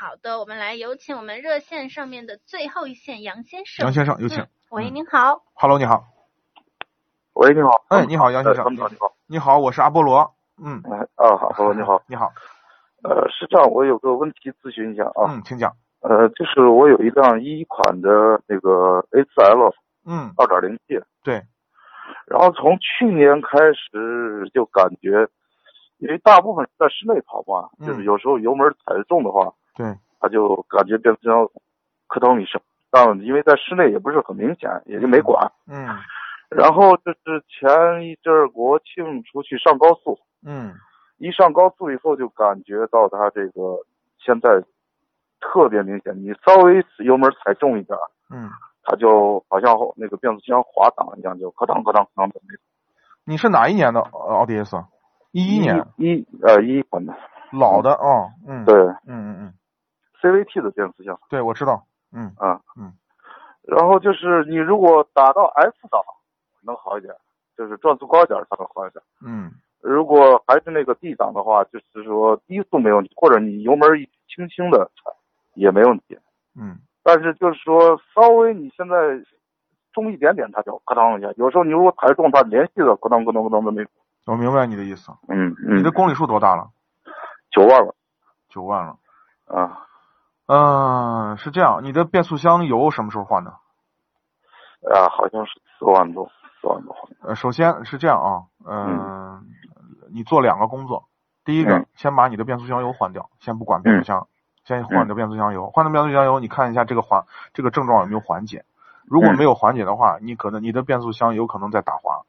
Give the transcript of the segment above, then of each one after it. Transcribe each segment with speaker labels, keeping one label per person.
Speaker 1: 好的，我们来有请我们热线上面的最后一线杨先生。
Speaker 2: 杨先生有请
Speaker 1: 嗯。喂，
Speaker 2: 嗯
Speaker 1: 您好。
Speaker 2: Hello，你好。
Speaker 3: 喂，你好。
Speaker 2: 哎，你好，杨先生
Speaker 3: 呃。你好，你好。
Speaker 2: 你好，我是阿波罗。嗯，
Speaker 3: 哎，啊，好，hello，你好。
Speaker 2: 你好。
Speaker 3: 呃，是这样，我有个问题咨询一下啊。
Speaker 2: 嗯嗯，请讲。
Speaker 3: 呃，就是我有一辆一款的那个 A4L
Speaker 2: 嗯，
Speaker 3: 二点零 T，
Speaker 2: 对，
Speaker 3: 然后从去年开始就感觉，因为大部分是在室内跑嘛，
Speaker 2: 嗯
Speaker 3: 就是有时候油门踩得重的话，
Speaker 2: 对，
Speaker 3: 它就感觉变成咯噔一声。但因为在室内也不是很明显，也就没管。
Speaker 2: 嗯
Speaker 3: 然后就是前一阵儿国庆出去上高速，
Speaker 2: 嗯
Speaker 3: 一上高速以后就感觉到它这个现在特别明显，你稍微油门踩重一点儿，
Speaker 2: 嗯，
Speaker 3: 它就好像那个变速箱滑档一样，就咯噔咯噔咯噔的那种。
Speaker 2: 你是哪一年的呃奥迪 S？一一年，
Speaker 3: 一呃一一款的，
Speaker 2: 老的哦。嗯，
Speaker 3: 对
Speaker 2: 嗯嗯嗯，
Speaker 3: CVT 的变速箱
Speaker 2: 对，我知道。嗯
Speaker 3: 啊，
Speaker 2: 嗯，
Speaker 3: 然后就是你如果打到 F 档能好一点，就是转速高一点儿它能好一点。
Speaker 2: 嗯
Speaker 3: 如果还是那个 D 档的话，就是说低速没问题，或者你油门一轻轻的踩也没问题。
Speaker 2: 嗯
Speaker 3: 但是就是说稍微你现在重一点点，它就咯噔一下。有时候你如果抬重，它连续的咯噔咯噔咯噔的那种。
Speaker 2: 我明白你的意思。
Speaker 3: 嗯
Speaker 2: 你
Speaker 3: 嗯
Speaker 2: 的，公里数多大了？
Speaker 3: 九万吧，
Speaker 2: 九万了。
Speaker 3: 啊，
Speaker 2: 嗯、是这样。你的变速箱油什么时候换的？
Speaker 3: 啊，好像是四万多，四万多。
Speaker 2: 呃，首先是这样啊，嗯，你做两个工作，第一个、
Speaker 3: 嗯
Speaker 2: 先把你的变速箱油换掉，先不管变速箱，先换你
Speaker 3: 嗯
Speaker 2: 的变速箱油，换了变速箱油，你看一下这个缓这个症状有没有缓解，如果
Speaker 3: 嗯
Speaker 2: 没有缓解的话，你可能你的变速箱有可能在打滑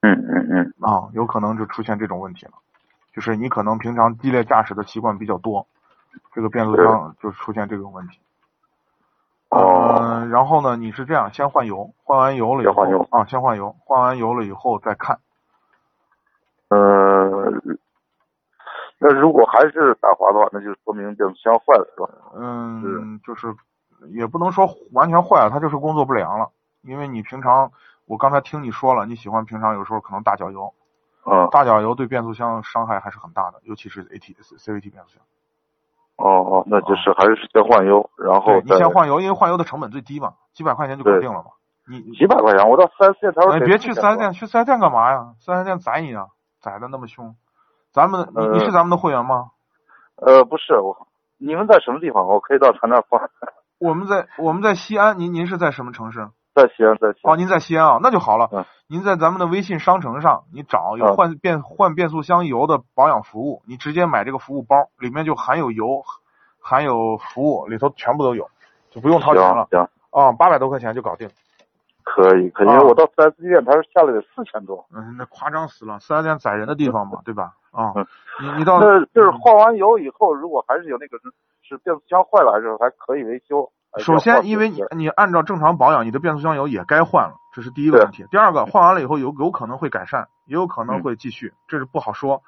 Speaker 3: 嗯嗯嗯
Speaker 2: 啊，有可能就出现这种问题了，就是你可能平常激烈驾驶的习惯比较多，这个变速箱就出现这种问题。
Speaker 3: 哦
Speaker 2: 嗯，然后呢，你是这样，先换油，换完油了以
Speaker 3: 先
Speaker 2: 后
Speaker 3: 换油
Speaker 2: 啊，先换油，换完油了以后再看。
Speaker 3: 呃，那如果还是打滑的话，那就说明变速箱坏了，是吧？
Speaker 2: 嗯，就是也不能说完全坏了，它就是工作不良了。因为你平常，我刚才听你说了，你喜欢平常有时候可能大脚油，
Speaker 3: 嗯，
Speaker 2: 大脚油对变速箱伤害还是很大的，尤其是 AT CVT 变速箱。
Speaker 3: 哦哦，那就是还是先换油，然后
Speaker 2: 对你
Speaker 3: 再
Speaker 2: 先换油，因为换油的成本最低嘛，几百块钱就搞定了嘛。你你
Speaker 3: 几百块钱，我到四 S 店他说
Speaker 2: 哎，别去四 S
Speaker 3: 店
Speaker 2: 店，去四 S 店干嘛呀？四 S 店宰你啊，宰的那么凶。咱们你你是
Speaker 3: 呃
Speaker 2: 咱们的会员吗？
Speaker 3: 呃，不是我，你们在什么地方？我可以到他那换，
Speaker 2: 我们在我们在西安，您您是在什么城市？
Speaker 3: 在西安，在西安。
Speaker 2: 哦，您在西安啊，那就好了。
Speaker 3: 嗯
Speaker 2: 您在咱们的微信商城上，你找有
Speaker 3: 嗯
Speaker 2: 换变换变速箱油的保养服务，你直接买这个服务包，里面就含有油，含有服务，里头全部都有，就不用掏钱了
Speaker 3: 行。行，
Speaker 2: 啊，八百多块钱就搞定。
Speaker 3: 可以可以，因
Speaker 2: 啊
Speaker 3: 为我到四 S 店，他说下来得四千多。
Speaker 2: 嗯，那夸张死了，四 S 店宰人的地方嘛，对吧？啊、
Speaker 3: 嗯
Speaker 2: 你你到
Speaker 3: 那就是换完油以后，如果还是有那个是变速箱坏了，还是还可以维修。还是
Speaker 2: 首
Speaker 3: 呃要换
Speaker 2: 先，因为你你按照正常保养，你的变速箱油也该换了，这是第一个
Speaker 3: 对嗯
Speaker 2: 问题。第二个，换完了以后有有可能会改善，也有可能会继续，这是不好说。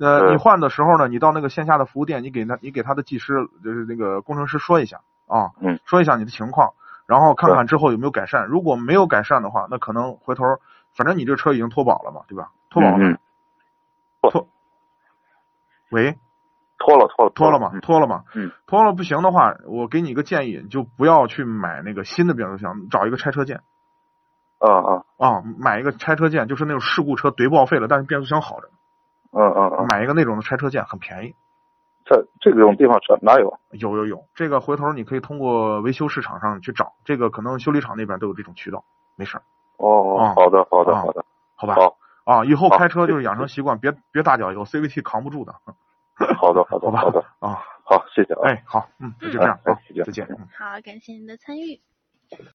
Speaker 2: 呃，
Speaker 3: 对
Speaker 2: 你换的时候呢，你到那个线下的服务店，你给他你给他的技师就是那个工程师说一下啊，
Speaker 3: 嗯
Speaker 2: 说一下你的情况，然后看看之后有没有改善。如果没有改善的话，那可能回头反正你这个车已经脱保了嘛，对吧？脱保了吗，
Speaker 3: 嗯嗯
Speaker 2: 喂，
Speaker 3: 脱了脱了
Speaker 2: 脱了嘛，
Speaker 3: 嗯
Speaker 2: 脱了嘛，
Speaker 3: 嗯，
Speaker 2: 脱了不行的话，我给你一个建议，你就不要去买那个新的变速箱，找一个拆车件。
Speaker 3: 嗯嗯
Speaker 2: 啊，买一个拆车件，就是那种事故车怼报废了，但是变速箱好着，
Speaker 3: 嗯嗯嗯，
Speaker 2: 买一个那种的拆车件很便宜。
Speaker 3: 在这种地方是哪有？
Speaker 2: 有有有，这个回头你可以通过维修市场上去找，这个可能修理厂那边都有这种渠道，没事儿，
Speaker 3: 哦哦
Speaker 2: 啊，
Speaker 3: 好的好的
Speaker 2: 啊
Speaker 3: 好的，
Speaker 2: 好吧？
Speaker 3: 好
Speaker 2: 啊，以后
Speaker 3: 好
Speaker 2: 开车就是养成习惯，别别大脚油，CVT 扛不住的。
Speaker 3: 好的好 的
Speaker 2: 好吧
Speaker 3: 好的，
Speaker 2: 啊，
Speaker 3: 好谢谢啊。
Speaker 2: 哎，好，嗯，那就这样
Speaker 3: 嗯
Speaker 2: 啊
Speaker 3: 哎再见，
Speaker 2: 再见。嗯
Speaker 1: 好，感谢您的参与。